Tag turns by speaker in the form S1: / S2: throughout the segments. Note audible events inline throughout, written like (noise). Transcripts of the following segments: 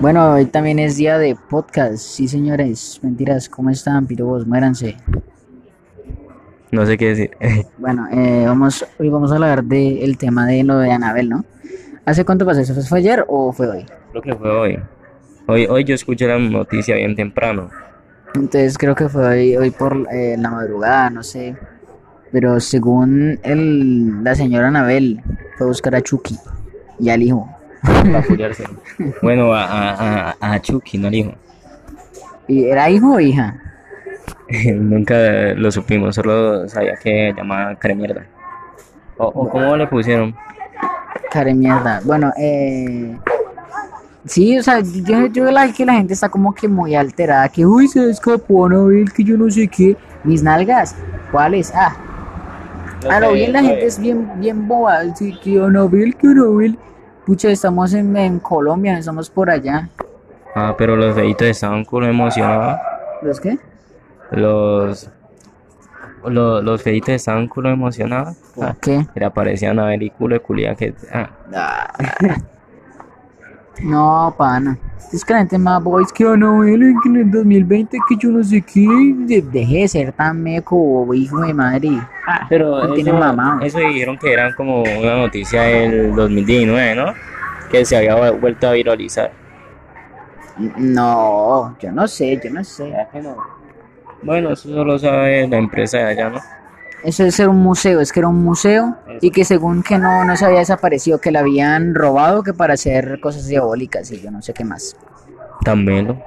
S1: Bueno, hoy también es día de podcast. Sí, señores. Mentiras, ¿cómo están, pirobos? Muéranse.
S2: No sé qué decir. (laughs)
S1: Bueno, eh, vamos, hoy vamos a hablar del tema de lo de Anabel, ¿no? ¿Hace cuánto pasó eso? ¿Fue ayer o fue hoy?
S2: Lo que fue hoy. Hoy, hoy yo escuché la noticia bien temprano.
S1: Entonces creo que fue hoy, hoy por eh, la madrugada, no sé. Pero según el, la señora Anabel, fue a buscar a Chucky y al hijo.
S2: Para furiarse. Bueno, a, a, a, a Chucky, no al hijo.
S1: ¿Y era hijo o hija?
S2: (laughs) Nunca lo supimos, solo sabía que llamaba Caremierda. O, o cómo le pusieron.
S1: Care mierda. Bueno, eh... Sí, o sea, yo, yo la que la gente está como que muy alterada, que uy, se escapó Anabel, que yo no sé qué. Mis nalgas, ¿cuáles? Ah, a lo bien la gente es bien, bien boba, sí, que Anabel, que Anabel. Pucha, estamos en, en Colombia, estamos por allá.
S2: Ah, pero los feitos estaban culo emocionados.
S1: ¿Los qué?
S2: Los. Los, los feitos estaban culo emocionados.
S1: ¿Por qué?
S2: Y le aparecían a ver y culo de culia que. Ah,
S1: No, pana. Es que la gente más boba es que Anabel es que en el 2020 que yo no sé qué. De- Deje de ser tan meco, bobo, hijo de madre. Ah,
S2: Pero
S1: no tiene
S2: eso,
S1: mamá.
S2: eso dijeron que eran como una noticia del 2019, ¿no? Que se había vu- vuelto a viralizar.
S1: No, yo no sé, yo no sé.
S2: Bueno, eso solo sabe la empresa de allá, ¿no?
S1: Eso es ser un museo, es que era un museo y que según que no, no se había desaparecido, que la habían robado que para hacer cosas diabólicas y yo no sé qué más.
S2: También, ¿no?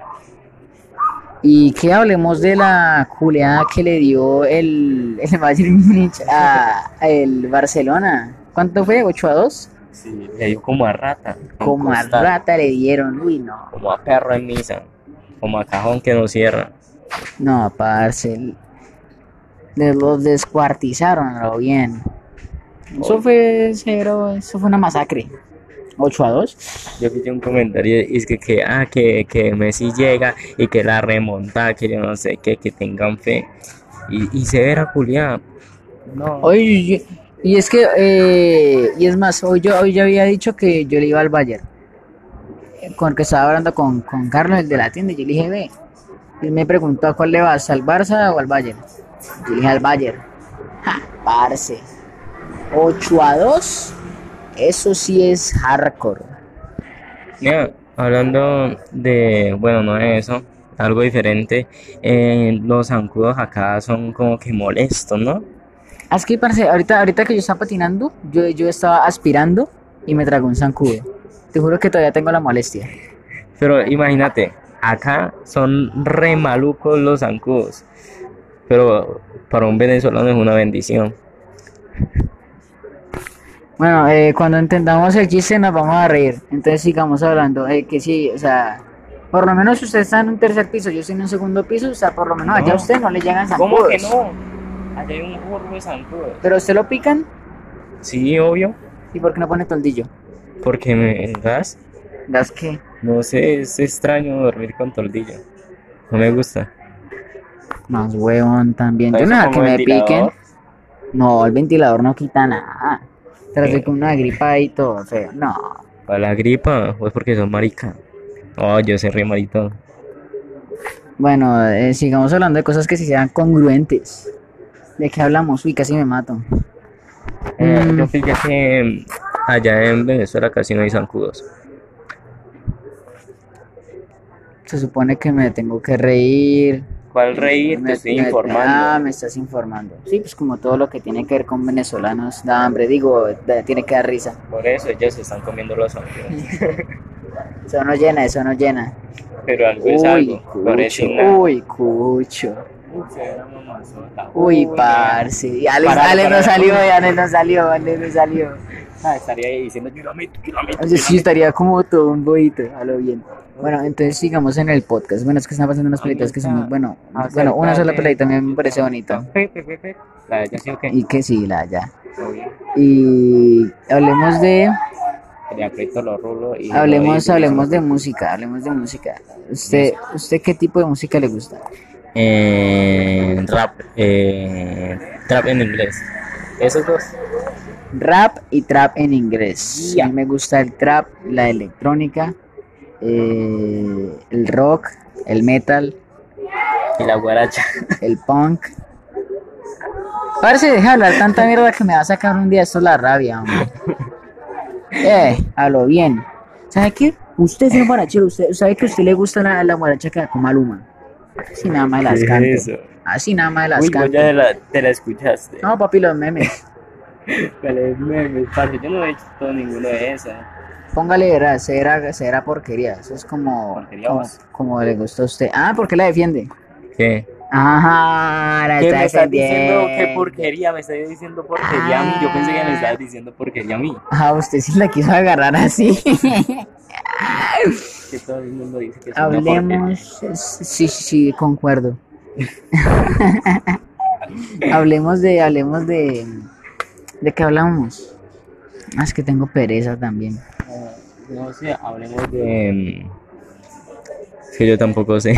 S1: Y que hablemos de la culeada que le dio el, el (laughs) Bayern Múnich a, a el Barcelona. ¿Cuánto fue? ¿8 a 2?
S2: Sí, le dio como a rata.
S1: Como a
S2: Costal,
S1: rata le dieron. Uy, no.
S2: Como a perro en misa. Como a cajón que no cierra.
S1: No, parce. de- Los descuartizaron, a lo bien. Eso fue cero, eso fue una masacre. 8 a 2.
S2: Yo vi un comentario y es que, que ah, que, que Messi llega y que la remontada, que yo no sé qué, que tengan fe. Y, y se verá Julián. No.
S1: Hoy, y es que, eh, y es más, hoy yo, hoy yo había dicho que yo le iba al Bayern. Eh, Con que estaba hablando con, con Carlos, el de la tienda, y yo le dije, ve. Y él me preguntó a cuál le vas, al Barça o al Bayern. Yo le dije al Bayern. Ja, parce. 8 a 2, eso sí es hardcore.
S2: Mira, hablando de, bueno, no de eso, algo diferente, eh, los zancudos acá son como que molestos, ¿no?
S1: Ah, Es que, parce, ahorita, ahorita que yo estaba patinando, yo, yo estaba aspirando y me tragó un zancudo. Te juro que todavía tengo la molestia.
S2: Pero imagínate, acá son re malucos los zancudos, pero para un venezolano es una bendición.
S1: Bueno, eh, cuando entendamos el chiste nos vamos a reír. Entonces sigamos hablando. eh, que sí, o sea, por lo menos usted está en un tercer piso, yo estoy en un segundo piso, o sea, por lo menos allá a
S2: No.
S1: usted no le llegan
S2: ¿Cómo que
S1: zancudos.
S2: no? Allá hay un burro de zancudos.
S1: Pero a usted lo pican
S2: Sí, obvio,
S1: y ¿por qué no pone toldillo?
S2: porque me das,
S1: ¿Gas qué?
S2: no sé, es extraño dormir con toldillo. No me gusta.
S1: Más huevón también. Yo
S2: Eso
S1: no dejo que
S2: como
S1: me piquen.
S2: ventilador.
S1: No, el ventilador no quita nada. Tras de
S2: Eh.
S1: que una gripa y todo, o sea, no.
S2: Para la gripa, pues porque son marica. Oh, yo soy re marito.
S1: Bueno, eh, sigamos hablando de cosas que sí sean congruentes. ¿De qué hablamos? Uy, casi me mato.
S2: Eh,
S1: Mm.
S2: Yo fíjate que mm, allá en Venezuela casi no hay zancudos.
S1: Se supone que me tengo que reír.
S2: ¿Cuál reír? Te
S1: Me-
S2: estoy
S1: me- Ah,
S2: informando.
S1: me estás informando. Sí, pues como todo lo que tiene que ver con venezolanos da hambre, digo, da- tiene que dar risa.
S2: Por eso ellos se están comiendo los zancudos.
S1: Eso no llena, eso no llena.
S2: Pero algo Pues es
S1: Uy,
S2: algo.
S1: cucho,
S2: Parece nada.
S1: uy, cucho.
S2: Se ve una mamazota.
S1: Uy,
S2: Uy,
S1: parce. Y Ale,
S2: Para,
S1: Ale
S2: para.
S1: no salió, y Ale no salió, Ale no salió.
S2: Ah, estaría ahí diciendo, yo la meto, yo la meto,
S1: Entonces
S2: yo la
S1: sí estaría como todo un boito, a lo bien. Bueno, entonces sigamos en el podcast. Bueno, es que están pasando unas peleitas que son muy, bueno,
S2: Acércate.
S1: bueno, una sola pelea también me parece bonita.
S2: meto". Pe, pe, pe, pe. La de ya sí o qué.
S1: Y que sí, la ya.
S2: Todo bien.
S1: Y hablemos de
S2: Le aprieto los rulos y.
S1: Hablemos,
S2: y-
S1: hablemos de música, hablemos de música. ¿Usted, usted qué tipo de música le gusta?
S2: Eh, rap, eh, trap en inglés. Esos dos.
S1: Rap y trap en inglés.
S2: Ya.
S1: A mí me gusta el trap, la electrónica eh, el rock, el metal, (laughs)
S2: Y la guaracha. (laughs)
S1: el punk. Parce, deja hablar tanta mierda que me va a sacar un día esto la rabia,
S2: (laughs)
S1: hombre. Eh, hablo bien. ¿Sabe qué? Usted es un guarachero, usted sabe que a usted le gusta la, la guaracha que da con Maluma. Así nada más de las
S2: ¿Qué es
S1: canto.
S2: eso?
S1: Así nada más de las
S2: Uy, vos
S1: canto.
S2: ya te la, te la escuchaste.
S1: No, papi, los memes.
S2: (laughs) Cuáles memes, parce, yo no he hecho ninguno de esas.
S1: Póngale, era, será, será porquería. Eso es como,
S2: Porquería
S1: como,
S2: vos.
S1: como le gusta a usted. Ah, ¿por qué la defiende?
S2: ¿Qué?
S1: Ajá, la
S2: ¿Qué
S1: está
S2: me estás diciendo? ¿Qué
S1: defendiendo.
S2: porquería? Me estás diciendo porquería a mí. Yo pensé que me estabas diciendo porquería a mí.
S1: Ah, usted sí la quiso agarrar
S2: (laughs)
S1: así.
S2: Pues Que todo el mundo dice que es una porquería.
S1: Hablemos, sí, sí, sí, concuerdo. (laughs) hablemos de, hablemos de, ¿de qué hablamos? Ah, es que tengo pereza también.
S2: Eh, No sé, hablemos de. em, Es que yo tampoco sé.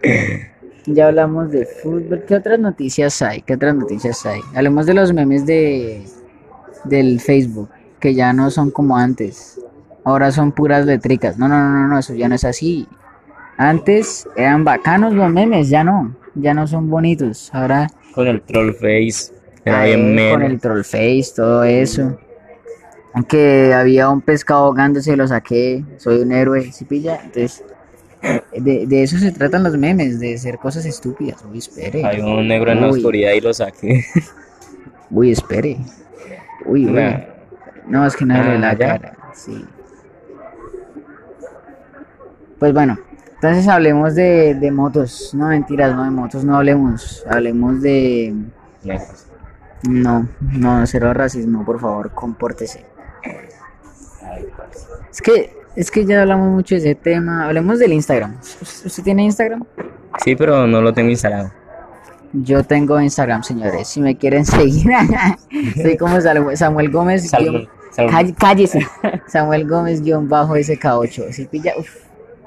S2: (laughs)
S1: Ya hablamos de fútbol. ¿Qué otras noticias hay? ¿Qué otras noticias hay? Hablemos de los memes de del Facebook, que ya no son como antes. Ahora son puras letricas. No, no, no, no, no, eso ya no es así. Antes eran bacanos los memes, ya no. Ya no son bonitos. Ahora
S2: Con el troll face. Era
S1: ahí
S2: bien
S1: con
S2: meme.
S1: el troll face, todo eso. Aunque había un pescado ahogándose, lo saqué. Soy un héroe, ¿sí pilla? Entonces, de, de eso se tratan los memes, de ser cosas estúpidas. Uy, espere.
S2: Hay un negro en la
S1: Uy.
S2: oscuridad y lo saqué. (laughs)
S1: Uy, espere. Uy, uy.
S2: Nah.
S1: No, es que no le
S2: Ah,
S1: la
S2: ya.
S1: cara. Sí. Pues bueno, entonces hablemos de, de motos. No, mentiras, no de motos, no hablemos. Hablemos de.
S2: Negros.
S1: No, no, cero racismo, por favor, compórtese.
S2: Ay, parce.
S1: Es que, es que ya hablamos mucho de ese tema. Hablemos del Instagram. ¿Usted usted tiene Instagram?
S2: Sí, pero no lo tengo instalado.
S1: Yo tengo Instagram, señores. Si me quieren (laughs) seguir, soy como Sal- Samuel Gómez.
S2: Salmón,
S1: guión-
S2: salmón.
S1: Call- cállese. (laughs) Samuel Gómez guión bajo SK8. Si pilla, uf,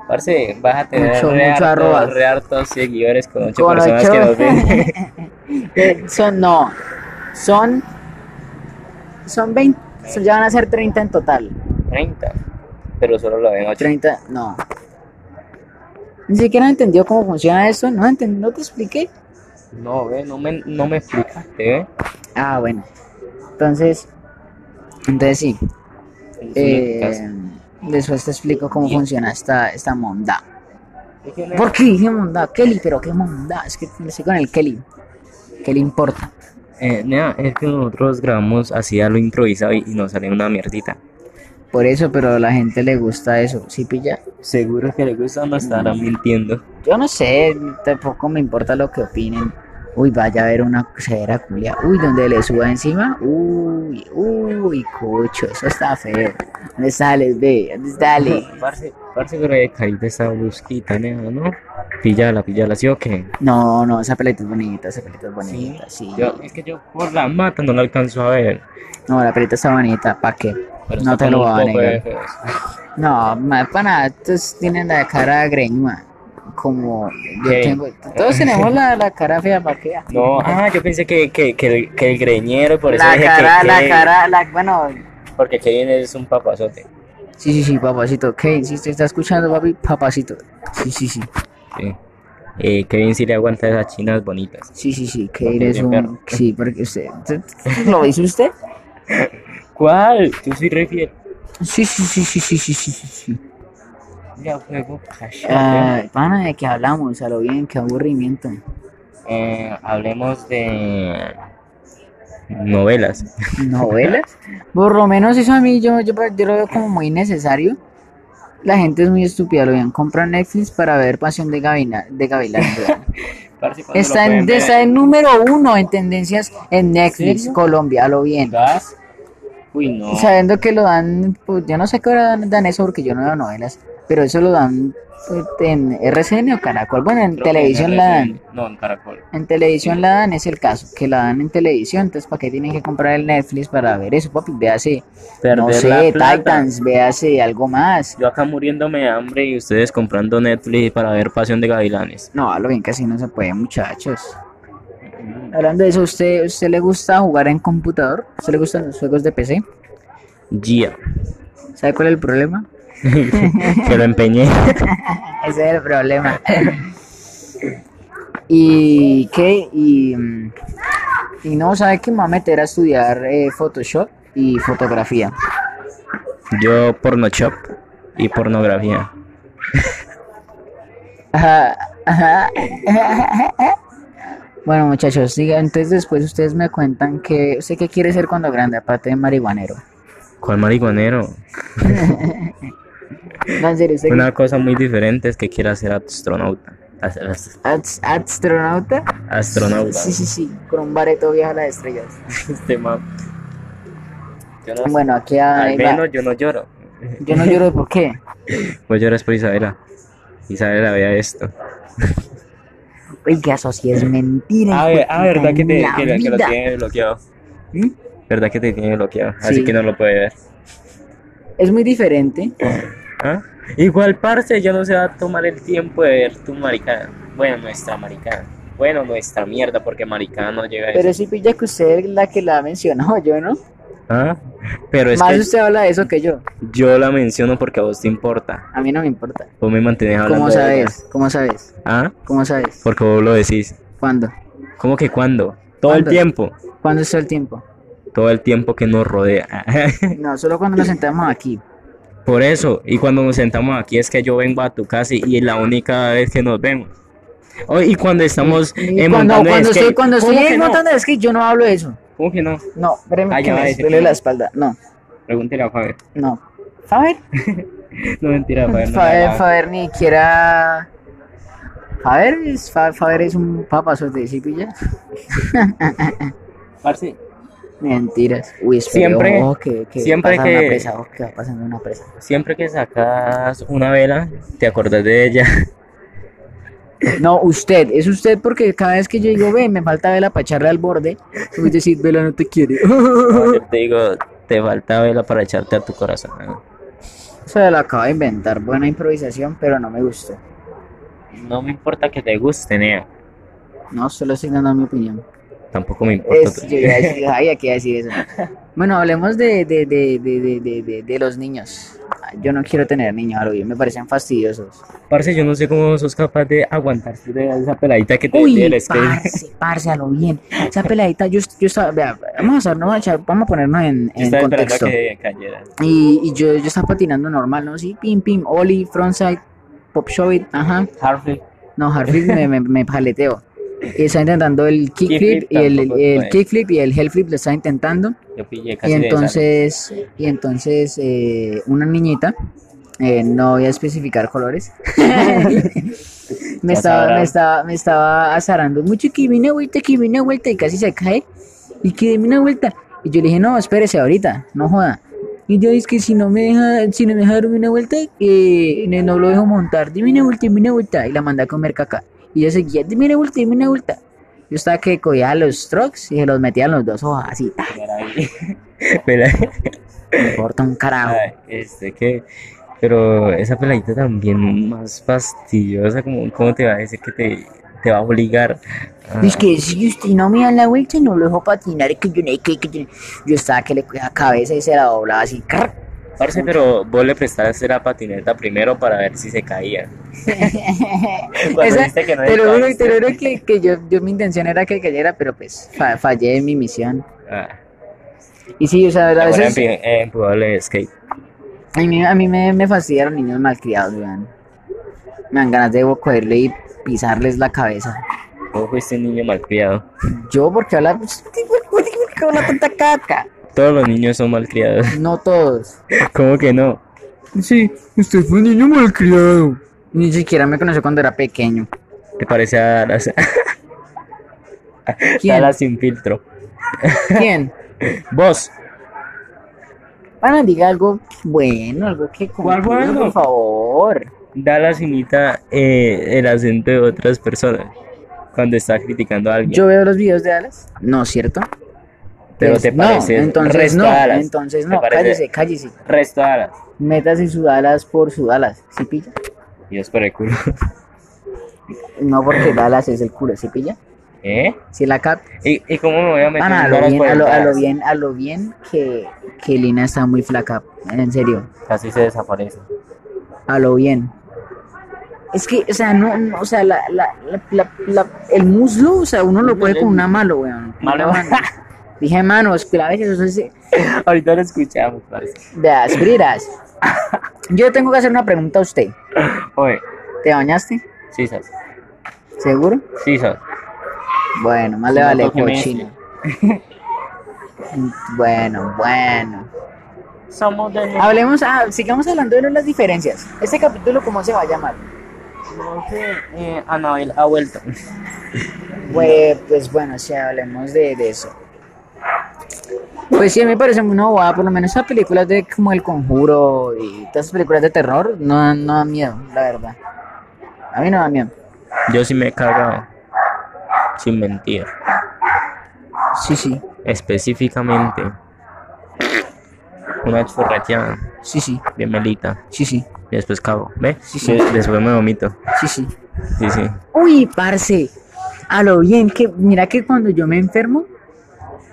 S2: Parce, vas a tener
S1: Mucho,
S2: re,
S1: mucho
S2: hartos-
S1: arroba.
S2: re hartos seguidores con ocho
S1: Con
S2: personas
S1: ocho.
S2: que
S1: (laughs)
S2: nos ven.
S1: eh, son no. Son. Son 20. son- ya van a ser 30 en total.
S2: 30. Pero solo lo ven 8.
S1: 30, no. Ni siquiera entendió cómo funciona eso. No, enten- no te expliqué.
S2: No, ve, no me, no me explicaste, ve.
S1: Ah, bueno. Entonces. Entonces sí.
S2: Sí,
S1: eh, después te explico cómo funciona esta, esta monda.
S2: Es que no-
S1: ¿Por qué dije mondá? Kelly, pero qué mondá. Es que estoy con el Kelly. ¿Qué le importa?
S2: Eh, nea, es que nosotros grabamos así a lo improvisado y, y nos sale una mierdita.
S1: Por eso, pero a la gente le gusta eso. ¿Sí pilla?
S2: Seguro que le gusta, no estará mintiendo.
S1: Yo no sé, tampoco me importa lo que opinen. Uy, vaya a haber una cera culia. Uy, donde le suba encima. Uy, uy, cocho, eso está feo. ¿Dónde sales, ve? ¿Dónde sales?
S2: Parce, parce, pero de carita esa busquita, nea, ¿no? Píllala, píllala, ¿sí o qué?
S1: No, no, esa peleta es bonita, esa peleta es bonita, sí.
S2: Yo, es que yo por la mata no la alcanzo a ver.
S1: No, la peleta está bonita, ¿para qué?
S2: Pero
S1: No
S2: está pues.
S1: te
S2: con
S1: lo
S2: un
S1: va a
S2: poco de
S1: negar.
S2: feos.
S1: No, más para nada, todos tienen la cara greñuda. Como yo
S2: ¿Qué?
S1: tengo. Todos tenemos la, la cara fea, ¿para qué?
S2: No, ah, yo pensé que, que, que, el, que el greñero, por eso
S1: la
S2: dije
S1: cara,
S2: que,
S1: la
S2: que-
S1: cara, la. Bueno,
S2: Porque Kevin es un papazote.
S1: sí, sí, sí, papacito. Kevin, si te está escuchando, papi, papacito. Sí, sí, sí.
S2: Sí. Eh, Kevin sí le aguanta esas chinas bonitas.
S1: Sí, sí, sí. Kevin
S2: Porque
S1: es
S2: bien
S1: un.
S2: perro.
S1: Sí, porque usted. ¿Lo hizo usted?
S2: ¿Cuál? Yo soy re fiel.
S1: Sí, sí, sí, sí, sí, sí, sí. sí, sí.
S2: Ya juego cachorro.
S1: Ah, pana, ¿de qué hablamos? A lo bien, qué aburrimiento.
S2: Eh, hablemos de novelas.
S1: novelas. (laughs) Por lo menos eso a mí yo, yo, yo lo veo como muy necesario. La gente es muy estúpida, lo bien, compra Netflix para ver Pasión de, Gavina, de
S2: (laughs)
S1: Gavilanes. weón.
S2: Parce, ¿cuándo
S1: está,
S2: lo
S1: en,
S2: pueden ver?
S1: está en número uno en tendencias en Netflix,
S2: serio?
S1: Colombia, lo bien.
S2: ¿Gas? Uy, no.
S1: Sabiendo que lo dan, pues, yo no sé qué hora dan, dan eso porque yo no veo novelas, pero eso lo dan pues, en RCN o Caracol. Bueno, en
S2: Creo que
S1: televisión
S2: en
S1: la
S2: RCN.
S1: dan.
S2: No, en Caracol.
S1: En televisión la dan, es el caso, que la dan en televisión, entonces ¿para qué tienen que comprar el Netflix para ver eso, papi? Véase, no
S2: Perder
S1: sé,
S2: la plata.
S1: Titans, véase algo más.
S2: Yo acá muriéndome de hambre y ustedes comprando Netflix para ver Pasión de Gavilanes.
S1: No, a lo bien casi no se puede, muchachos. Hablando de eso, ¿usted, usted le gusta jugar en computador? ¿Usted le gustan los juegos de PC?
S2: Gia.
S1: ¿Sabe cuál es el problema?
S2: que lo empeñé. (laughs)
S1: Ese es el problema. (laughs) ¿Y qué? Y, mm, y no, ¿sabe que me va a meter a estudiar eh, Photoshop y fotografía?
S2: Yo pornochop y pornografía.
S1: Ajá, ajá. (laughs) Bueno, muchachos, siga, entonces después ustedes me cuentan que, ¿usted qué quiere ser cuando grande, aparte de marihuanero?
S2: ¿Cuál marihuanero?
S1: No, en serio, ¿usted qué-
S2: Una cosa muy diferente es que quiera ser astronauta. As- as-
S1: ¿Ast- ¿Astronauta?
S2: Astronauta.
S1: Sí, sí, sí, con un bareto viaja a las estrellas.
S2: Este man. Yo no-
S1: Bueno, aquí hay...
S2: al menos yo no lloro.
S1: Yo no lloro, ¿por qué?
S2: Vos lloras por Isabela. Isabela, vea esto.
S1: Oiga, eso sí es mentira.
S2: Ah,
S1: hijo de
S2: ver- ah,
S1: puta,
S2: verdad que,
S1: en
S2: te,
S1: la
S2: que, lo- que lo
S1: vida.
S2: tiene bloqueado.
S1: ¿Mm?
S2: Verdad que te tiene bloqueado.
S1: Sí.
S2: Así que no lo puede ver.
S1: Es muy diferente.
S2: ¿Ah? Igual, parce, ya no se va a tomar el tiempo de ver tu maricada. Bueno, nuestra maricada. Bueno, nuestra mierda, porque maricada no llega a eso.
S1: Pero sí pilla que usted es la que la mencionó, (laughs) yo no.
S2: ¿Ah? Pero es
S1: Más
S2: que
S1: usted habla de eso que yo.
S2: yo la menciono porque a vos te importa.
S1: A mí no me importa.
S2: Vos me mantenés hablando
S1: ¿Cómo
S2: de ella.
S1: sabes? ¿Cómo sabes?
S2: ¿Ah?
S1: ¿Cómo sabes?
S2: Porque vos lo decís.
S1: ¿Cuándo?
S2: ¿Cómo que cuándo? Todo el
S1: ¿Cuándo?
S2: tiempo.
S1: ¿Cuándo es todo el (laughs) tiempo?
S2: Todo el tiempo que nos rodea. (laughs)
S1: No, solo cuando nos sentamos aquí.
S2: Por eso, y cuando nos sentamos aquí es que yo vengo a tu casa y, y la única vez que nos vemos. Oh, y cuando estamos
S1: Y
S2: eh,
S1: cuando,
S2: montando en
S1: cuando
S2: skate.
S1: estoy, cuando estoy
S2: ¿Cómo que
S1: en
S2: no?
S1: montando de esquí, yo no hablo de eso.
S2: ¿Cómo que no?
S1: No, espéreme
S2: Ah,
S1: que
S2: ya va a
S1: me
S2: decir
S1: duele
S2: que no.
S1: la espalda. No,
S2: Pregúntele a Faber. (laughs)
S1: no. Faber,
S2: No, mentira, Faber. no
S1: Faber,
S2: la-
S1: Faber ni siquiera... Faber es, Fa- Faber es un papazote, ¿sí pilla?
S2: Parce,
S1: Mentiras. Uy, espere,
S2: Siempre-
S1: ojo, que, que
S2: siempre
S1: pasa una
S2: que-
S1: presa, ojo, que va pasando una presa.
S2: siempre que sacas una vela, te acordás
S1: (laughs)
S2: de ella.
S1: No, usted, es usted porque cada vez que yo digo, ve, me falta vela para echarle al borde, (laughs) voy a decir, vela no te (laughs) quiere.
S2: No, yo te digo, te falta vela para echarte a tu corazón.
S1: Se la acabo de inventar, buena improvisación, pero no me gustó.
S2: No me importa que te guste, nea.
S1: No, solo estoy dando mi opinión.
S2: Tampoco me importa. pues.
S1: Es, yo iba a decir, sabía que iba a decir eso. (laughs) Bueno, hablemos de, de, de, de, de, de, de- de los niños. Yo no quiero tener niños, a lo bien, me parecen fastidiosos.
S2: Parce, yo no sé cómo sos capaz de aguantarse de esa peladita que te
S1: Uy,
S2: del skate.
S1: parce, parce, a lo bien. Esa peladita, yo, yo estaba, vea, vamos a, hacer- no, vamos a- vamos a ponernos en,
S2: (laughs) Yo
S1: en
S2: estaba esperando a
S1: contexto.
S2: que cayera.
S1: Y, y yo, yo estaba patinando normal, ¿no? Sí, pim, pim, ollie, frontside, pop shove it, ajá.
S2: Harvey.
S1: No, hardflip me, me, me paleteo. Está intentando el kickflip
S2: Kickflip
S1: y el,
S2: tampoco
S1: el
S2: puede.
S1: kickflip y el hellflip lo está intentando.
S2: Yo pillé
S1: Y
S2: casi de esa.
S1: entonces, y entonces eh, una niñita, eh, no voy a especificar colores, (laughs) me,
S2: Ya
S1: estaba, me,
S2: sabrán.
S1: estaba, me estaba azarando mucho que vi una vuelta, que vi una vuelta y casi se cae y que dime una vuelta. Y yo le dije, no, espérese ahorita, no joda. Y yo es que si no me deja, si no me deja darme una vuelta, eh, no, no lo dejo montar, dime una vuelta, dime una vuelta. Y la mandé a comer caca. Y yo seguía, dime una vuelta, dime una vuelta. Yo estaba que cogía los trucks y se los metía en los dos ojos así. ¡ah!
S2: Pero ahí- (laughs) Pero ahí-
S1: Me importa un carajo.
S2: Ay, este que pero esa peladita también más fastidiosa como cómo te va a decir que te, te va a obligar Ah, a-
S1: Es que si usted no me da la vuelta y no lo dejo patinar, que yo, no sé qué, que yo, yo estaba que le cogía la cabeza y se la doblaba así. ¡crac!
S2: Parce, pero vos le prestaste la patineta primero para ver si
S1: (laughs)
S2: se caía Cuando
S1: Esa-
S2: viste que no
S1: te lo juro,
S2: caíste.
S1: te lo juro que, que yo, yo mi intención era que cayera, pero pues fa- fallé en mi misión.
S2: Ah,
S1: Y sí, o sea, a
S2: ahora
S1: veces
S2: empu- eh, empujable de skate
S1: a mí, a mí me, me fastidian los niños malcriados, weón. Me dan ganas de cogerle y pisarles la cabeza.
S2: vos fuiste un niño malcriado
S1: Yo porque habla, (laughs) que habla tanta caca.
S2: todos los niños son malcriados (laughs)
S1: No todos.
S2: ¿cómo que no?
S1: Sí, usted fue un niño malcriado. Ni siquiera me conoció cuando era (laughs) pequeño.
S2: te parece a las
S1: ¿Quién?
S2: sin filtro
S1: ¿Quién?
S2: vos
S1: Bueno, diga algo bueno, algo que concluya,
S2: bueno?
S1: por favor.
S2: Dallas imita eh, el acento de otras personas cuando está criticando a alguien
S1: Yo veo los videos de Dallas. No, ¿cierto?
S2: Pero
S1: Pues,
S2: te parece
S1: no, entonces
S2: resto
S1: no,
S2: Dallas.
S1: entonces
S2: Te
S1: no,
S2: parece
S1: cállese, cállese.
S2: Resto Dallas.
S1: Métase su Dallas por su Dallas, ¿sí pilla?
S2: Dios por el culo. (laughs)
S1: No porque Dallas es el culo, ¿sí pilla?
S2: ¿Eh?
S1: Si la cap,
S2: ¿Y, y cómo me voy a meter
S1: Pana, a
S2: en
S1: lo
S2: Dallas
S1: bien,
S2: por
S1: a
S2: el
S1: lo, a lo
S2: Dallas?
S1: bien, a lo bien que, que Lina está muy flaca, en serio.
S2: Casi se desaparece.
S1: a lo bien. Es que, o sea, no, no, o sea, la, la, la- la- la- el muslo, o sea, uno lo puede con una mano, weón. con
S2: Mano.
S1: una mano. Dije manos, pero a veces eso es
S2: (laughs) Ahorita lo escuchamos, parece.
S1: de las bridas. (laughs) Yo tengo que hacer una pregunta a usted.
S2: Oye,
S1: ¿Te bañaste?
S2: sisas,
S1: ¿Seguro?
S2: sisas.
S1: Bueno, más le
S2: No
S1: vale
S2: toque Messi.
S1: cochino. (laughs) Bueno, bueno.
S2: Somos de los...
S1: Hablemos, ah, sigamos hablando de las diferencias. Este capítulo, ¿cómo se va a llamar?
S2: No sé, eh, Anabel ha vuelto.
S1: Pues, pues bueno, si hablemos de, de eso. Pues sí, a mí me parece muy bobada, por lo menos esas películas de como El Conjuro y todas esas películas de terror no, dan- no dan miedo, la verdad. A mí no da miedo.
S2: Yo sí me he cagado. Sin mentir.
S1: Sí, sí,
S2: Específicamente. Una churreteada.
S1: sí, sí,
S2: Bien melita.
S1: sí, sí,
S2: Y después cago. ¿Ve?
S1: Sí, sí.
S2: Yo- Después me vomito.
S1: sí, sí.
S2: Sí, sí.
S1: Uy, parce, a lo bien que, mira que cuando yo me enfermo,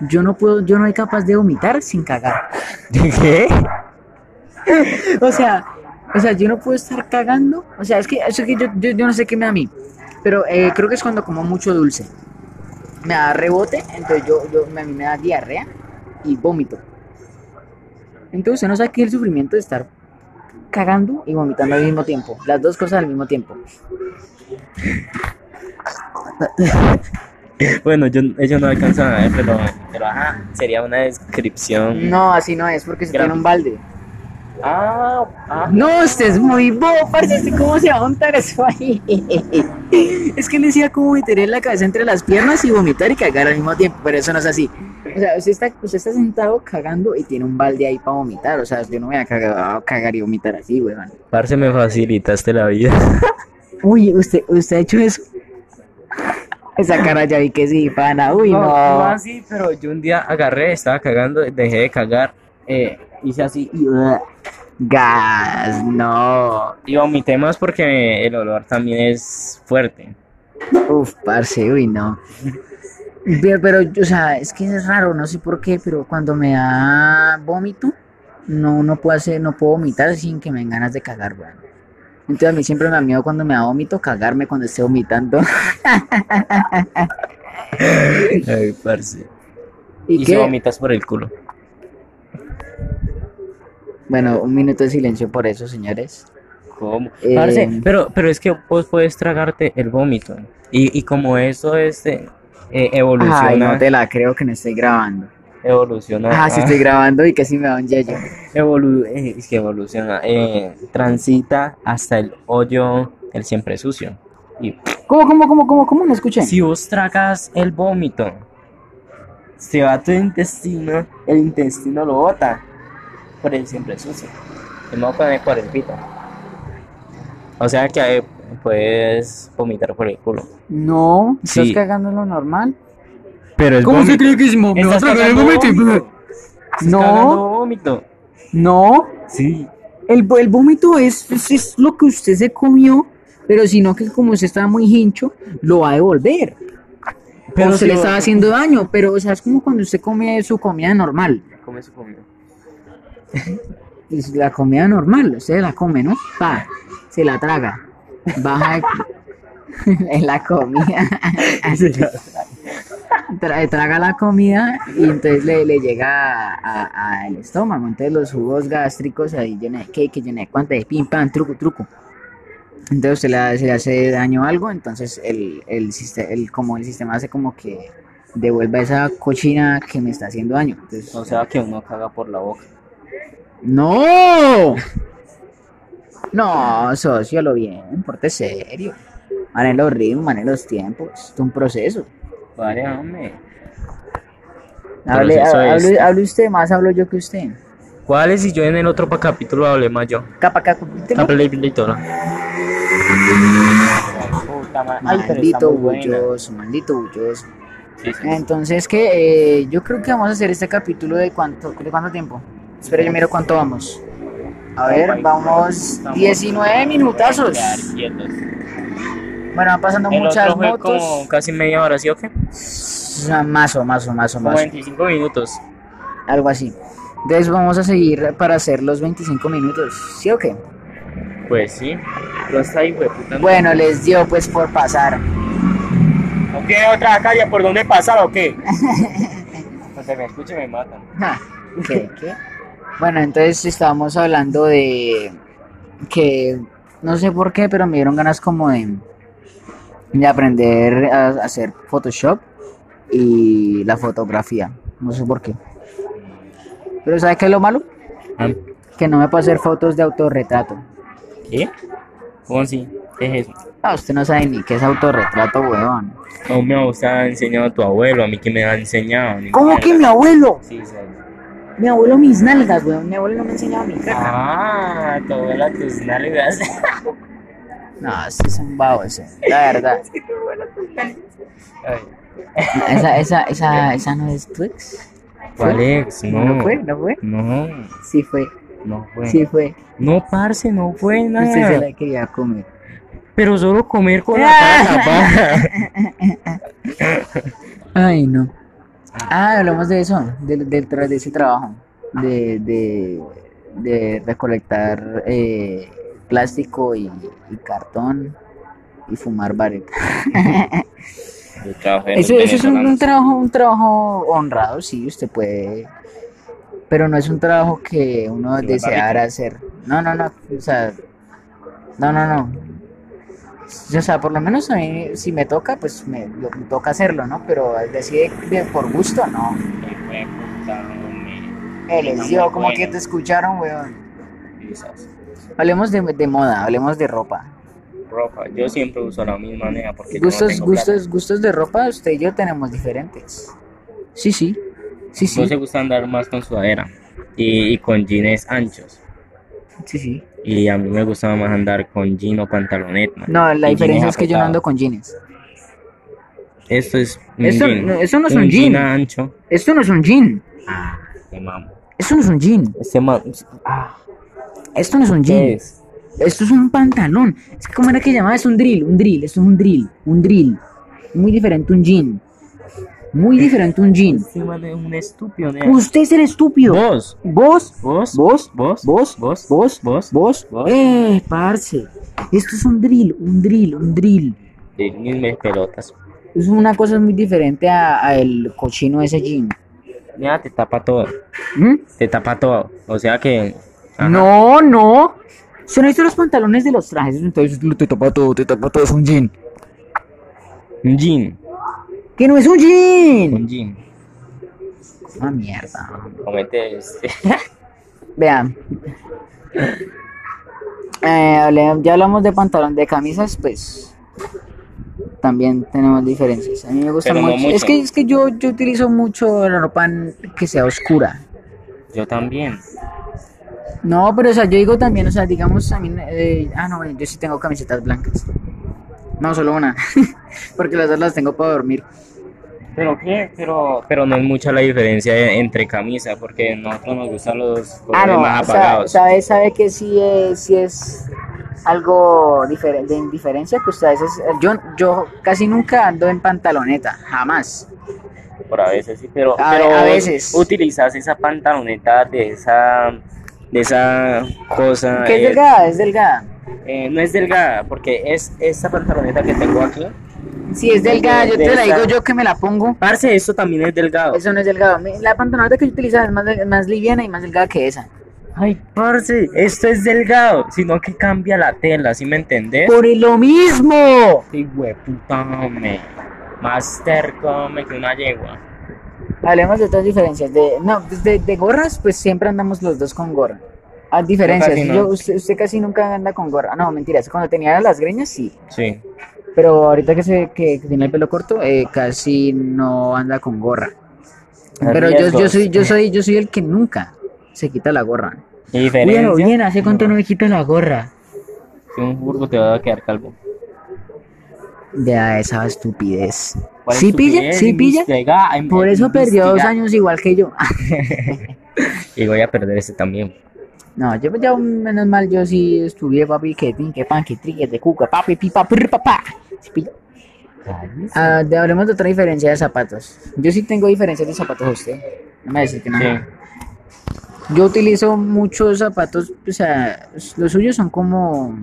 S1: yo no puedo, yo no soy capaz de vomitar sin cagar.
S2: (laughs) ¿Qué?
S1: (laughs) O sea, o sea, yo no puedo estar cagando. O sea, es que, es que yo, yo, yo no sé qué me da a mí. Pero eh, creo que es cuando como mucho dulce. Me da rebote, entonces yo, yo a mí me da diarrea y vómito. Entonces no sabe qué es el sufrimiento de estar cagando y vomitando al mismo tiempo. Las dos cosas al mismo tiempo.
S2: Bueno, yo, ellos no alcanzan a ver, pero, pero ajá, sería una descripción.
S1: No, así no es, porque se tiene un balde.
S2: Ah, ah.
S1: No, usted es muy bobo, parce, ¿usted cómo se va a montar eso ahí? (laughs) Es que le decía como meter la cabeza entre las piernas y vomitar y cagar al mismo tiempo, pero eso no es así. O sea, usted está, usted está sentado cagando y tiene un balde ahí para vomitar, o sea, yo no voy a cagar, cagar y vomitar así, weón.
S2: Parce, me facilitaste la vida.
S1: Uy, ¿usted, usted ha hecho eso? (laughs) Esa cara ya vi que sí, pana, uy, no.
S2: así, pero yo un día agarré, estaba cagando, dejé de cagar, eh, hice así y,
S1: uh, Gas, no.
S2: y vomité más porque el olor también es (laughs) fuerte.
S1: Uf, parce, uy, no. Pero, pero, o sea, es que es raro, no sé por qué, pero cuando me da vómito, no, no puedo hacer, no puedo vomitar sin que me den ganas de cagar, weón. Entonces a mí siempre me da miedo cuando me da vómito cagarme cuando esté vomitando. (laughs)
S2: Ay, parce.
S1: ¿Y,
S2: Y si
S1: qué?
S2: vomitas por el culo.
S1: Bueno, un minuto de silencio por eso, señores.
S2: ¿Cómo?
S1: Eh,
S2: Parce, pero, pero es que vos puedes tragarte el vómito. Y, y como eso este, eh, evoluciona,
S1: Ay, no te la creo que no estoy grabando.
S2: evoluciona.
S1: Ah, sí
S2: ah.
S1: estoy grabando y casi me da un yello.
S2: Evolu eh, es que evoluciona, eh, transita hasta el hoyo, el siempre sucio. Y
S1: ¿Cómo, cómo, cómo, cómo, cómo? No escuché.
S2: si vos tragas el vómito, se va a tu intestino, el intestino lo bota por el siempre sucio. El modo con el cuarentito. O sea que eh, puedes vomitar por el culo.
S1: No, estás
S2: Sí.
S1: cagando en lo normal.
S2: Pero el vómito-
S1: cree que es mo-
S2: estás cagando vómito. Estás
S1: No.
S2: cagando vómito.
S1: No,
S2: Sí.
S1: El, vo- el vómito es, es, es lo que usted se comió, pero sino que como usted estaba muy hincho, lo va a devolver. Pero
S2: Pero
S1: se
S2: si
S1: le
S2: vos-
S1: estaba haciendo daño, pero o sea, es como cuando usted come su comida normal.
S2: Come su comida.
S1: Es La comida normal, usted la come, ¿no? Pa, se la traga. Baja de- (laughs) en la comida. Tra- traga la comida y entonces le, le llega al a, al estómago. Entonces los jugos gástricos ahí llena de cake, llena de cuanta de pim pam, truco, truco. Entonces se le, ha- se le hace daño algo, entonces el, el, siste- el- como el sistema hace como que devuelva esa cochina que me está haciendo daño. Entonces,
S2: O sea que uno caga por la boca.
S1: ¡No! No, socio, lo bien, porte serio. Maneja los ritmos, maneja los tiempos. Esto es un proceso.
S2: Vale, hombre.
S1: Hable,
S2: Proceso
S1: ha- hable-
S2: este.
S1: hable usted, más hablo yo que usted.
S2: ¿Cuál es si yo en el otro pa- capítulo hablé más yo?
S1: Capa, capa,
S2: La película.
S1: Maldito bulloso, maldito bulloso.
S2: Sí, sí, sí.
S1: Entonces, que yo creo que vamos a hacer este capítulo de cuánto, de cuánto tiempo. Espera, yo miro cuánto vamos. A ver, vamos 19 minutazos. Bueno, van pasando
S2: El
S1: muchas
S2: otro fue como
S1: motos.
S2: casi media hora, ¿sí o qué?
S1: Mazo, mazo, mazo,
S2: Como
S1: mazo.
S2: 25 minutos.
S1: Algo así. Entonces vamos a seguir para hacer los 25 minutos. ¿Sí o qué?
S2: Pues sí, los ahí, güey, puta.
S1: Bueno, les dio pues por pasar. (laughs)
S2: ¿No tiene otra calle por donde pasar o (laughs) qué? Cuando me escuche me matan.
S1: Ja, ¿Qué? ¿Qué? Bueno, entonces estábamos hablando de que no sé por qué, pero me dieron ganas como de, de aprender a a hacer Photoshop y la fotografía. No sé por qué. Pero ¿sabes qué es lo malo?
S2: Ah,
S1: Que no me puedo hacer fotos de autorretrato.
S2: ¿Qué? ¿Cómo sí? ¿Qué es eso?
S1: Ah, usted no sabe ni qué es autorretrato, weón.
S2: No me ha enseñado tu abuelo, a mí que me ha enseñado. ni
S1: ¿Cómo
S2: mierda.
S1: que mi abuelo?
S2: Sí, sabes.
S1: Mi abuelo mis nalgas, weón. Mi abuelo no me enseñaba mi caca.
S2: Ah, tu abuela tus nalgas.
S1: No, este es un vago ese, la verdad.
S2: (laughs) Ay,
S1: Esa, esa, esa, esa no es Twix.
S2: ¿Cuál es? No.
S1: No fue, no fue.
S2: No,
S1: Sí fue,
S2: no fue.
S1: sí fue.
S2: No, parce, no fue nada.
S1: Usted se la quería comer.
S2: Pero solo comer con
S1: (laughs)
S2: la cara tapada.
S1: Ay, no. Ah, hablamos de eso, del del tra- de ese trabajo, de, de, de recolectar eh, plástico y, y cartón y fumar vareta.
S2: Yo trabajé en
S1: Eso,
S2: los
S1: eso es un, un
S2: venezolanos.
S1: trabajo, un trabajo honrado, sí, usted puede, pero no es un trabajo que uno
S2: Fumar
S1: deseara hacer. No, no, no, o sea, no, no, no. O sea, por lo menos a mí, si me toca, pues me, lo- me toca hacerlo, ¿no? Pero decir de- por gusto, no.
S2: Qué puta, hombre.
S1: Eh, les
S2: Está
S1: dio,
S2: muy
S1: como que
S2: bueno.
S1: te escucharon, weón.
S2: Esas
S1: Hablemos de, de moda, hablemos de ropa.
S2: Ropa, yo siempre uso la misma nea porque yo no
S1: Gustos,
S2: tengo plata.
S1: gustos, gustos de ropa, usted y yo tenemos diferentes. Sí, sí. Sí,
S2: No
S1: sí.
S2: se gusta andar más con sudadera y, y con jeans anchos.
S1: Sí, sí.
S2: Y a mí me gustaba más andar con jean o pantaloneta.
S1: No, la
S2: y
S1: diferencia
S2: jeans
S1: es que yo no ando
S2: apretados.
S1: con jeans.
S2: Esto es un
S1: Eso-
S2: jean.
S1: no, eso no es un
S2: un
S1: jean.
S2: ancho. Ah,
S1: Esto no es un jean.
S2: Te mamo.
S1: Esto no es un jean.
S2: Este man, ah,
S1: Esto no es un
S2: ¿qué
S1: jean.
S2: es?
S1: Esto es un pantalón. Es que, ¿cómo era que llamaba? Es un drill, un drill. Esto es un drill, un drill. Muy diferente un jean.
S2: Eh.
S1: Muy diferente un jean.
S2: Este man es un estúpido, nea.
S1: Usted es el estúpido.
S2: Vos,
S1: Vos,
S2: Eh.
S1: vos,
S2: vos, vos,
S1: vos,
S2: vos,
S1: vos,
S2: vos,
S1: vos,
S2: vos.
S1: eh, parce. Esto es un drill, un drill, un drill.
S2: de mismas pelotas.
S1: Es una cosa muy diferente a, a el cochino ese jean.
S2: Mira, te tapa todo.
S1: ¿Mm?
S2: Te tapa todo. O sea que. ajá.
S1: No, no. Son estos los pantalones de los trajes. Entonces te tapa todo, te tapa todo, es un jean.
S2: Un jean.
S1: Que no es un jean.
S2: Un jean.
S1: Ah, mierda.
S2: Comete este.
S1: Vean. Eh, hable- ya hablamos de pantalón, de camisas, pues también tenemos diferencias. A mí me gusta
S2: Pero no
S1: mucho. Es
S2: mucho.
S1: que es que yo, yo utilizo mucho la ropa en- que sea oscura.
S2: Yo también.
S1: No, pero o sea, yo digo también, o sea, digamos a mí, eh, ah no, yo sí tengo camisetas blancas. No, solo una, (laughs) porque las dos las tengo para dormir.
S2: Pero qué, pero, pero no es mucha la diferencia e- entre camisa, porque nosotros nos gustan los
S1: Ah,
S2: colores
S1: no,
S2: más
S1: o sea,
S2: apagados.
S1: sabe, sabe que sí es, sí es algo diferen- de indiferencia que ustedes es- yo, yo casi nunca ando en pantaloneta, jamás.
S2: Por a veces sí, pero,
S1: A-
S2: pero
S1: a
S2: vos
S1: veces.
S2: utilizas esa pantaloneta de esa de esa cosa.
S1: que es
S2: eh,
S1: delgada, es delgada.
S2: eh, no es delgada, porque es esa pantaloneta que tengo aquí.
S1: Sí, es delgada, yo
S2: de
S1: te la
S2: esa-
S1: digo yo que me la pongo.
S2: Parce, esto también es delgado.
S1: Eso no es delgado. Mi- La pantaloneta que yo utilizaba es más, de- más liviana y más delgada que esa.
S2: Ay, parce, esto es delgado, sino que cambia la tela, ¿sí me entendés?
S1: Por lo mismo.
S2: Sí, puta, hombre. Más terco, hombre, que una yegua.
S1: Hablemos de otras diferencias. De, no, pues, de, de gorras, pues siempre andamos los dos con gorra. A diferencias,
S2: casi no.
S1: yo- usted, usted casi nunca anda con gorra. No, mentiras, cuando tenía las greñas sí.
S2: Sí.
S1: Pero ahorita que, se, que, que tiene el pelo corto, eh, casi no anda con gorra. Pero yo, yo,
S2: Riesgos.
S1: soy, yo, soy, yo soy el que nunca se quita la gorra.
S2: ¿Y diferencia?
S1: Bueno, bien, ¿hace cuánto no me quito la gorra?
S2: Si un burgo te va a quedar calvo.
S1: Ya, esa estupidez.
S2: ¿Cuál es
S1: ¿Sí
S2: tu
S1: pilla?
S2: piel?
S1: ¿Sí pilla?
S2: Investiga, em-
S1: Por eso perdió dos
S2: investiga.
S1: años igual que yo. (laughs)
S2: Y voy a perder ese también.
S1: No, yo ya menos mal yo sí estudié papi que tin que pan que tri que te cuca papi pipa pir papá. ¿Sí pilla? Ah, de- hablemos de otra diferencia de zapatos. Yo sí tengo diferencias de zapatos a usted. No me va a decir que no.
S2: Sí.
S1: Yo utilizo muchos zapatos, o sea, los suyos son como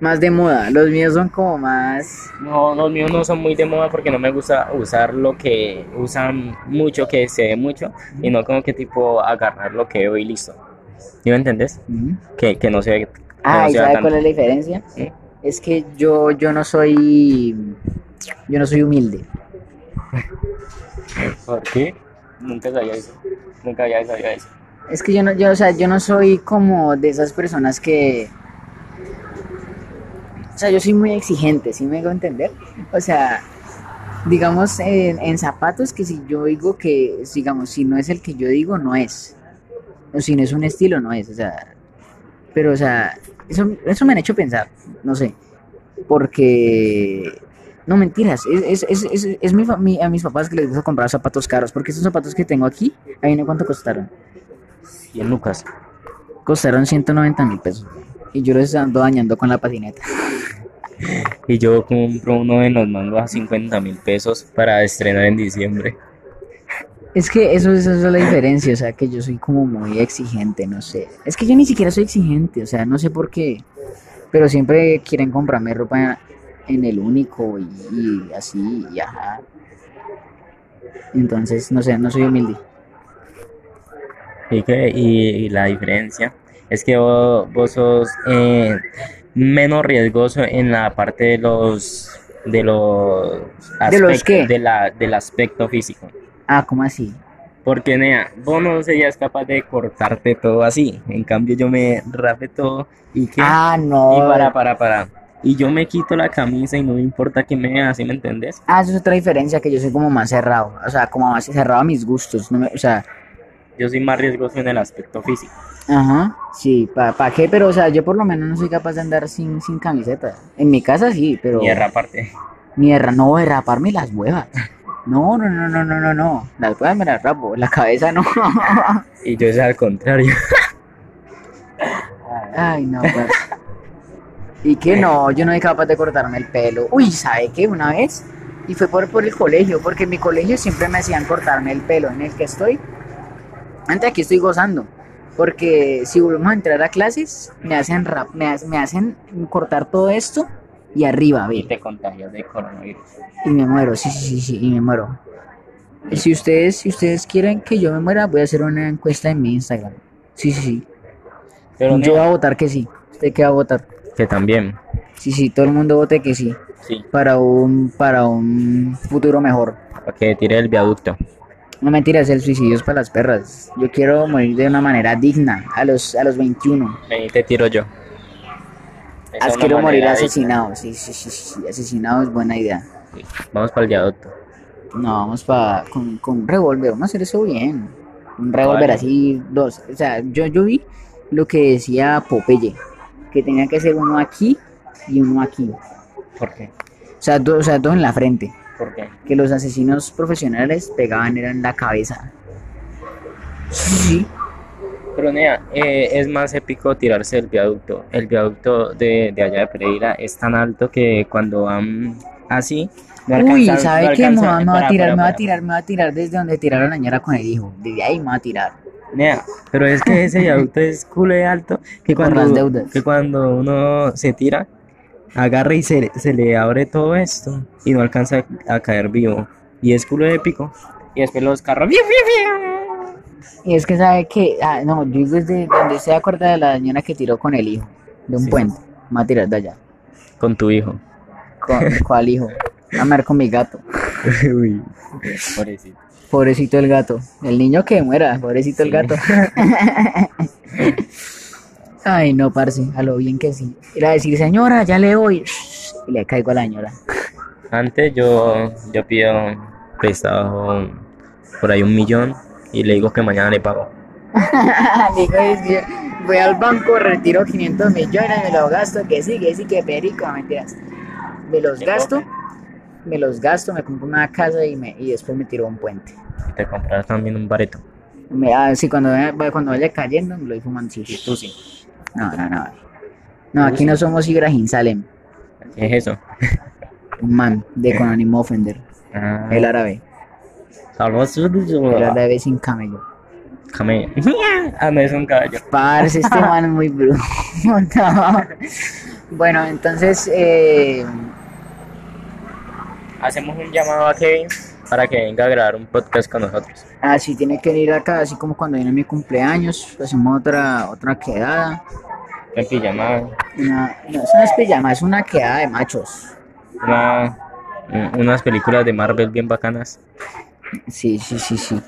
S1: más de moda, los míos son como más...
S2: No, los míos no son muy de moda porque no me gusta usar lo que usan mucho, que se ve mucho, y no como que tipo agarrar lo que veo y listo. ¿Sí me entendés? Que, que no se ve. que
S1: Ah,
S2: no
S1: ¿y
S2: se vea
S1: sabe
S2: tanto.
S1: cuál es la diferencia?
S2: ¿Sí?
S1: Es que yo, yo no soy... Yo no soy humilde.
S2: ¿Por qué? Nunca sabía eso. Nunca había sabido eso.
S1: Es que yo no, yo, o sea, yo no soy como de esas personas que... O sea, yo soy muy exigente, ¿sí me hago entender? O sea, digamos, en, en zapatos que si yo digo que, digamos, si no es el que yo digo, no es. O si no es un estilo, no es. O sea, pero, o sea, eso, eso me han hecho pensar, no sé. Porque... No, mentiras, es, es, es, es, es mi fa- mi- a mis papás que les gusta comprar zapatos caros, porque estos zapatos que tengo aquí, ahí no cuánto costaron
S2: ¿Y en Lucas?
S1: costaron 190 mil pesos. Y yo los ando dañando con la patineta.
S2: Y yo compro uno de los mangos a 50 mil pesos para estrenar en diciembre.
S1: Es que eso, eso es la diferencia, o sea, que yo soy como muy exigente, no sé. Es que yo ni siquiera soy exigente, o sea, no sé por qué. Pero siempre quieren comprarme ropa en el único y, y así, y ajá. Entonces, no sé, no soy humilde.
S2: ¿Y qué? Y, y la diferencia es que vos, vos sos eh, menos riesgoso en la parte de los de los
S1: ¿De los
S2: aspectos
S1: qué?
S2: de la, del aspecto físico.
S1: Ah, ¿cómo así?
S2: Porque, nea, vos no serías capaz de cortarte todo así. En cambio, yo me rapé todo y que.
S1: Ah,
S2: Y
S1: no.
S2: para, para, para. Y yo me quito la camisa y no me importa que me vean, ¿sí me entendés?
S1: Ah, eso es otra diferencia, que yo soy como más cerrado, o sea, como más cerrado a mis gustos, no me- o sea,
S2: Yo soy más riesgoso en el aspecto físico.
S1: Ajá, sí, ¿para qué? Pero, o sea, yo por lo menos no soy capaz de andar sin, sin camiseta. En mi casa sí, pero.
S2: Y erra aparte.
S1: Ni de ra- no, de raparme las huevas. No, no, no, no, no, no, no. Las huevas me las rapo, la cabeza no. (laughs)
S2: Y yo es al contrario. (laughs)
S1: Ay, no, pues. ¿Y qué no? Yo no soy capaz de cortarme el pelo. Uy, ¿sabe qué? Una vez. Y fue por, por el colegio, porque en mi colegio siempre me hacían cortarme el pelo en el que estoy. Antes aquí estoy gozando. Porque si volvemos a entrar a clases, me hacen rap, me, ha- me hacen cortar todo esto y arriba,
S2: Y
S1: ve.
S2: te contagias de coronavirus.
S1: Y me muero, sí, sí, sí, sí, y me muero. Y si ustedes, si ustedes quieren que yo me muera, voy a hacer una encuesta en mi Instagram. Sí, sí, sí.
S2: Pero
S1: yo voy
S2: nea,
S1: a votar que sí. ¿Usted qué va a votar?
S2: que también.
S1: Sí, sí, todo el mundo vote que sí.
S2: Sí,
S1: Para un, para un futuro mejor.
S2: para que tire el viaducto.
S1: No mentiras, el suicidio es para las perras. Yo quiero morir de una manera digna, a los, a los 21.
S2: Vení, te tiro yo. Esa es
S1: As-
S2: una
S1: Ah, quiero morir
S2: manera de-
S1: asesinado. Sí, sí, sí, sí, sí, asesinado es buena idea.
S2: Vamos para el viaducto.
S1: No, vamos para con, con un revólver, vamos a hacer eso bien. Un revólver
S2: Vale.
S1: así, dos. O sea, yo, yo vi lo que decía Popeye, que tenía que ser uno aquí y uno aquí. O
S2: ¿Por qué?
S1: sea, dos, o sea, dos en la frente.
S2: ¿Por qué?
S1: que los asesinos profesionales pegaban era en la cabeza. Sí, sí.
S2: Pero nea, eh, es más épico tirarse el viaducto. El viaducto de, de allá de Pereira es tan alto que cuando van así, no
S1: Uy,
S2: alcanzan-
S1: ¿sabe
S2: no
S1: qué? Me va,
S2: alcanzan-
S1: me va a
S2: para,
S1: tirar,
S2: para,
S1: me va a
S2: para.
S1: tirar, me va a tirar desde donde tiraron la ñera con el hijo. Desde ahí me va a tirar.
S2: Nea, pero es
S1: (laughs)
S2: que ese viaducto es culo de alto que
S1: Por
S2: cuando,
S1: las deudas.
S2: que cuando uno se tira, agarra y se, se le abre todo esto y no alcanza a caer vivo. Y es culo épico. Y después los carros. ¡fiu, fiu, fiu!
S1: Y es que sabe que, ah, no, yo digo desde donde se acuerda de la ñera que tiró con el hijo, de un
S2: Sí.
S1: puente. Me va a tirar de allá.
S2: Con tu hijo.
S1: (laughs) ¿Con cuál hijo? A ver con mi gato.
S2: (laughs) Uy, pobrecito.
S1: Pobrecito el gato. El niño que muera, pobrecito el (laughs)
S2: Sí.
S1: gato. Ay, no, parce, a lo bien que sí. Era decir, señora, ya le voy. Y le caigo a la señora. (laughs)
S2: Antes yo, yo pido prestado por ahí un millón y le digo que mañana le pago.
S1: Digo, es que voy al banco, retiro 500 millones, me los gasto, que sí, que sí, que perico, mentiras. Me los
S2: Te
S1: gasto, me los gasto, me compro una casa y, me, y después me tiro a un puente.
S2: Te compras también un bareto.
S1: Me, ah, sí, cuando, vaya- cuando vaya cayendo, me lo voy fumando. sí,
S2: Y
S1: sí.
S2: tú sí.
S1: No, no, no. No, aquí no somos Ibrahim Salem,
S2: ¿Qué es eso?
S1: un man de con ánimo ofender,
S2: Ah,
S1: el árabe,
S2: salvo su-
S1: el árabe sin camello.
S2: Camello. (laughs) ah, no, es un caballo.
S1: Parce, este man es muy bruto. (laughs) No. Bueno, entonces, eh,
S2: Hacemos un llamado a Kevin para que venga a grabar un podcast con nosotros.
S1: así tiene que venir acá, así como cuando viene mi cumpleaños, hacemos otra, otra quedada.
S2: En pijama,
S1: Una, no, eso no es pijama, es una quedada de machos.
S2: una, un- unas películas de Marvel bien bacanas.
S1: Sí, sí, sí, sí.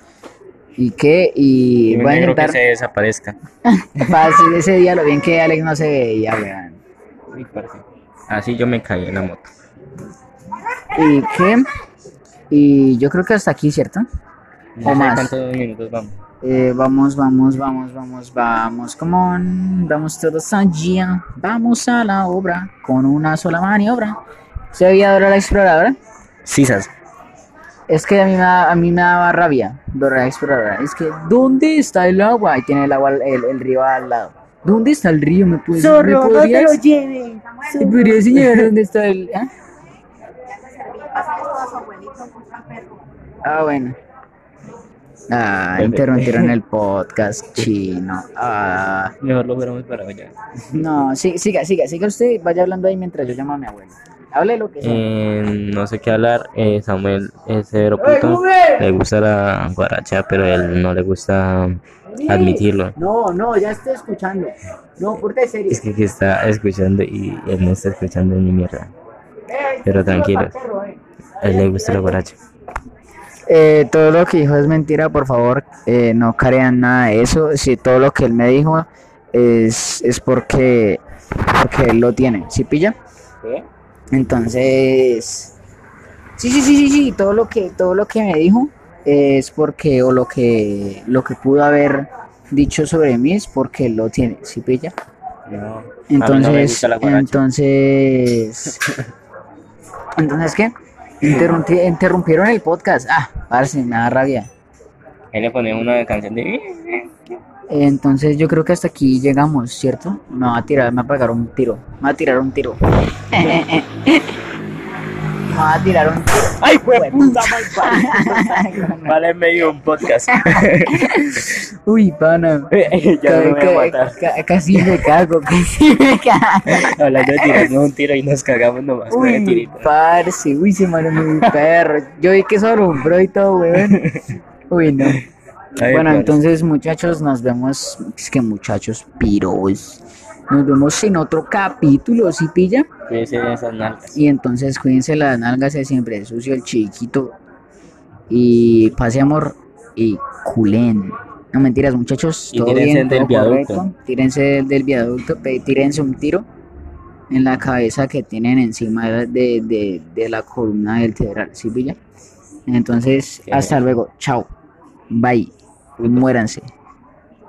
S1: ¿Y qué? Y,
S2: Y un
S1: voy a
S2: negro que
S1: intentar
S2: se desaparezca.
S1: (laughs) fácil ese día, lo bien que Alex no se veía, weón.
S2: Uy, parce. Así yo me caí en la moto.
S1: ¿Y qué? Y yo creo que hasta aquí, ¿cierto?
S2: No
S1: O
S2: sé
S1: más.
S2: cuántos minutos vamos.
S1: Eh, vamos, vamos, vamos, vamos, vamos, come on, vamos todos allí, vamos a la obra con una sola maniobra. ¿Se veía Dora la Exploradora?
S2: Sisas.
S1: Es que a mí me, da- a mí me daba rabia Dora la Exploradora. Es que, ¿dónde está el agua? Y tiene el agua, el, el río al lado. ¿Dónde está el río? ¿Me, puedes, ¿me podrías,
S2: lleves.
S1: ¿me podrías enseñar dónde está el...? ah? Ah, bueno. Ah,
S2: Perfecto.
S1: interrumpieron
S2: (laughs)
S1: el podcast chino. Ah...
S2: Mejor lo hubiéramos parado ya.
S1: No, sí, siga, siga, siga usted, vaya hablando ahí mientras yo llamo a mi abuelo. Hable lo que sea.
S2: Eh, no sé qué hablar. eh, Samuel es severo puto. Le gusta la guaracha, pero él no le gusta admitirlo.
S1: No, no, ya estoy escuchando. No, por de serio.
S2: Es que aquí está escuchando y él no está escuchando ni mierda. Pero tranquilos, a él le gusta la guaracha.
S1: Eh, todo lo que dijo es mentira, por favor, eh, no crean nada de eso. Si todo lo que él me dijo es, es porque, porque él lo tiene, ¿sí pilla?
S2: ¿Eh?
S1: Entonces, sí, sí, sí, sí, sí, todo lo que, todo lo que me dijo es porque, o lo que, lo que pudo haber dicho sobre mí es porque él lo tiene, ¿sí pilla?
S2: No, a mí no me
S1: Entonces,
S2: gusta la guaracha. (laughs)
S1: entonces, entonces, ¿qué? Interrumpi- interrumpieron el podcast. Ah, parce, me da rabia.
S2: Ahí le pone una canción de... "Eh,
S1: Entonces, yo creo que hasta aquí llegamos, ¿cierto? Me va a tirar, me va a pegar un tiro. Me va a tirar un tiro. (laughs) me va a tirar un tiro.
S2: ¡Ay, fue puta, Vale, medio un (laughs) podcast.
S1: Uy, pana.
S2: ya me voy
S1: Ca-
S2: a matar.
S1: ca- casi me cago, (laughs) casi me cago.
S2: Hablando de tirarnos un tiro y nos cagamos nomás con el
S1: Uy,
S2: tirito.
S1: parce, uy, se me armó un perro. Yo vi que se alumbró y todo,
S2: (laughs)
S1: weón. Uy, no.
S2: Ay,
S1: bueno,
S2: parce.
S1: entonces, muchachos, nos vemos. Es que, muchachos, piros. Nos vemos en otro capítulo, ¿sí pilla?
S2: Cuídense de esas nalgas.
S1: Y entonces, cuídense las nalgas, es siempre sucio el chiquito. Y pase amor y culén. No mentiras, muchachos.
S2: Y
S1: Todo
S2: tírense
S1: bien,
S2: del
S1: todo
S2: viaducto.
S1: correcto. Tírense del, del viaducto, pe- tírense un tiro en la cabeza que tienen encima de, de- de- de la columna del federal, ¿sí, pilla? Entonces,
S2: Qué
S1: hasta luego. Chao. Bye. Muéranse.